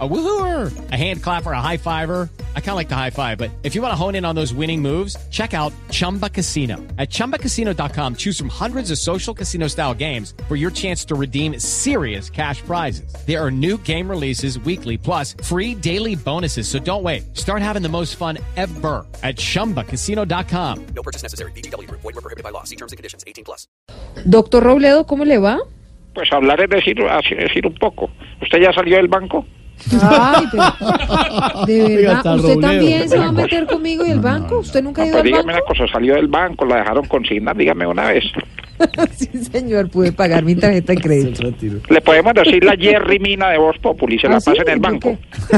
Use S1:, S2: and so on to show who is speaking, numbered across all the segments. S1: A woohooer, a hand clapper, a high fiver. I kind of like the high five, but if you want to hone in on those winning moves, check out Chumba Casino. At chumbacasino.com, choose from hundreds of social casino style games for your chance to redeem serious cash prizes. There are new game releases weekly, plus free daily bonuses. So don't wait. Start having the most fun ever at chumbacasino.com.
S2: No purchase necessary. BGW. Void were prohibited by law. See terms and conditions. 18 plus.
S3: Doctor Robledo, ¿cómo le va?
S4: Pues hablar es decir, así decir un poco. ¿Usted ya salió del banco?
S3: Ay, pero, de
S5: Oiga,
S3: verdad,
S5: está
S3: usted
S5: Robledo.
S3: también se va a meter conmigo y el banco. ¿Usted nunca ha ido
S4: Pues
S3: al
S4: dígame
S3: banco?
S4: una cosa, salió del banco, la dejaron consignar, dígame una vez.
S3: Sí, señor, pude pagar mi tarjeta de crédito.
S5: Retiro.
S4: Le podemos decir la Jerry Mina de Voz Populi, se la
S3: ¿Ah, sí?
S4: pasa en el
S3: ¿Por
S4: banco.
S3: qué?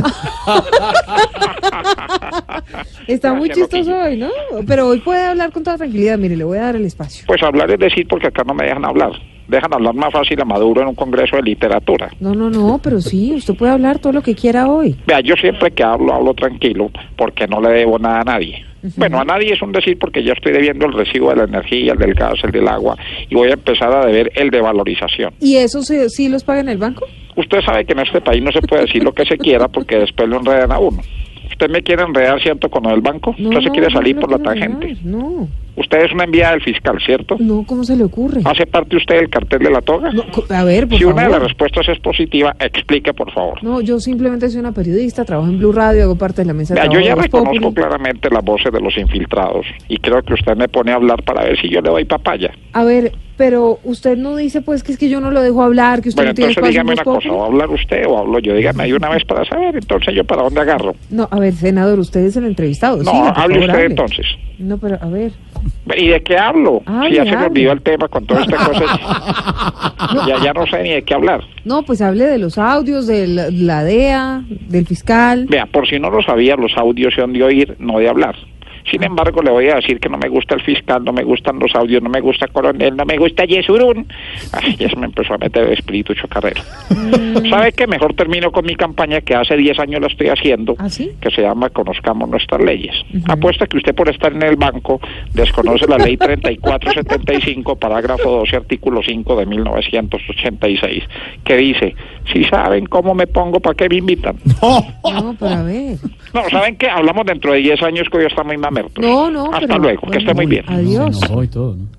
S3: Está muy
S4: Gracias,
S3: chistoso hoy, ¿no? Pero hoy puede hablar con toda tranquilidad. Mire, le voy a dar el espacio.
S4: Pues hablar es decir porque acá no me dejan hablar. Dejan hablar más fácil a Maduro en un congreso de literatura.
S3: No, no, no, pero sí, usted puede hablar todo lo que quiera hoy.
S4: Vea, yo siempre que hablo, hablo tranquilo, porque no le debo nada a nadie. Bueno, a nadie es un decir porque ya estoy debiendo el recibo de la energía, el del gas, el del agua, y voy a empezar a deber el de valorización.
S3: ¿Y eso se- sí los paga en el banco?
S4: Usted sabe que en este país no se puede decir lo que se quiera porque después lo enredan a uno. Usted me quiere enredar, ¿cierto? Con el banco.
S3: No,
S4: usted se
S3: no,
S4: quiere
S3: no
S4: salir
S3: lo
S4: por la
S3: quiero
S4: tangente.
S3: negar, No,
S4: Usted es una enviada del fiscal, ¿cierto?
S3: no, ¿cómo se le ocurre?
S4: ¿Hace parte usted del cartel de la toga?
S3: No, co- a ver, por
S4: Ah, si una de las
S3: favor.
S4: respuestas es positiva, explique, por favor.
S3: No, yo simplemente soy una periodista, trabajo en Blue Radio, hago parte de la mesa de
S4: Vea, yo
S3: trabajo
S4: ya
S3: de Voz
S4: reconozco
S3: Populi.
S4: claramente las voces de los infiltrados y creo que usted me pone a hablar para ver si yo le doy papaya.
S3: A ver, pero usted no dice pues que es que yo no lo dejo hablar, que usted
S4: Bueno,
S3: no tiene
S4: entonces
S3: espacio en
S4: dígame
S3: Voz
S4: una cosa, ¿va a
S3: Populi.
S4: hablar usted o hablo yo? Dígame ahí una vez para saber, entonces yo para dónde agarro.
S3: No, a ver, senador, usted es el entrevistado.
S4: No,
S3: siga, Pues por
S4: hable
S3: favor,
S4: usted
S3: hable.
S4: entonces.
S3: No, pero a ver.
S4: ¿Y de qué hablo?
S3: Hable,
S4: si ya se me
S3: hable.
S4: olvidó el tema con toda esta cosa. ya, ya no sé ni de qué hablar.
S3: No, pues hable de los audios, de la, la DEA, del fiscal.
S4: Vea, por si no lo sabía, los audios son de oír, no de hablar. Sin embargo, le voy a decir que no me gusta el fiscal, no me gustan los audios, no me gusta Coronel, no me gusta Yesurún. Ay, ya se me empezó a meter el espíritu chocarrero. ¿Sabe qué? Mejor termino con mi campaña que hace 10 años la estoy haciendo,
S3: ¿Ah, sí?
S4: que se llama Conozcamos Nuestras Leyes. Apuesta que usted por estar en el banco desconoce la ley 3475, parágrafo 12, artículo 5 de 1986, que dice, si saben cómo me pongo, ¿para qué me invitan?
S3: No, pero a ver.
S4: No, ¿saben qué? Hablamos dentro de 10 años que hoy está muy mamerto.
S3: No, no,
S4: Hasta
S3: pero-
S4: luego, que esté muy
S3: bueno,
S4: bien.
S3: Adiós.
S5: Se enojó y todo, ¿no?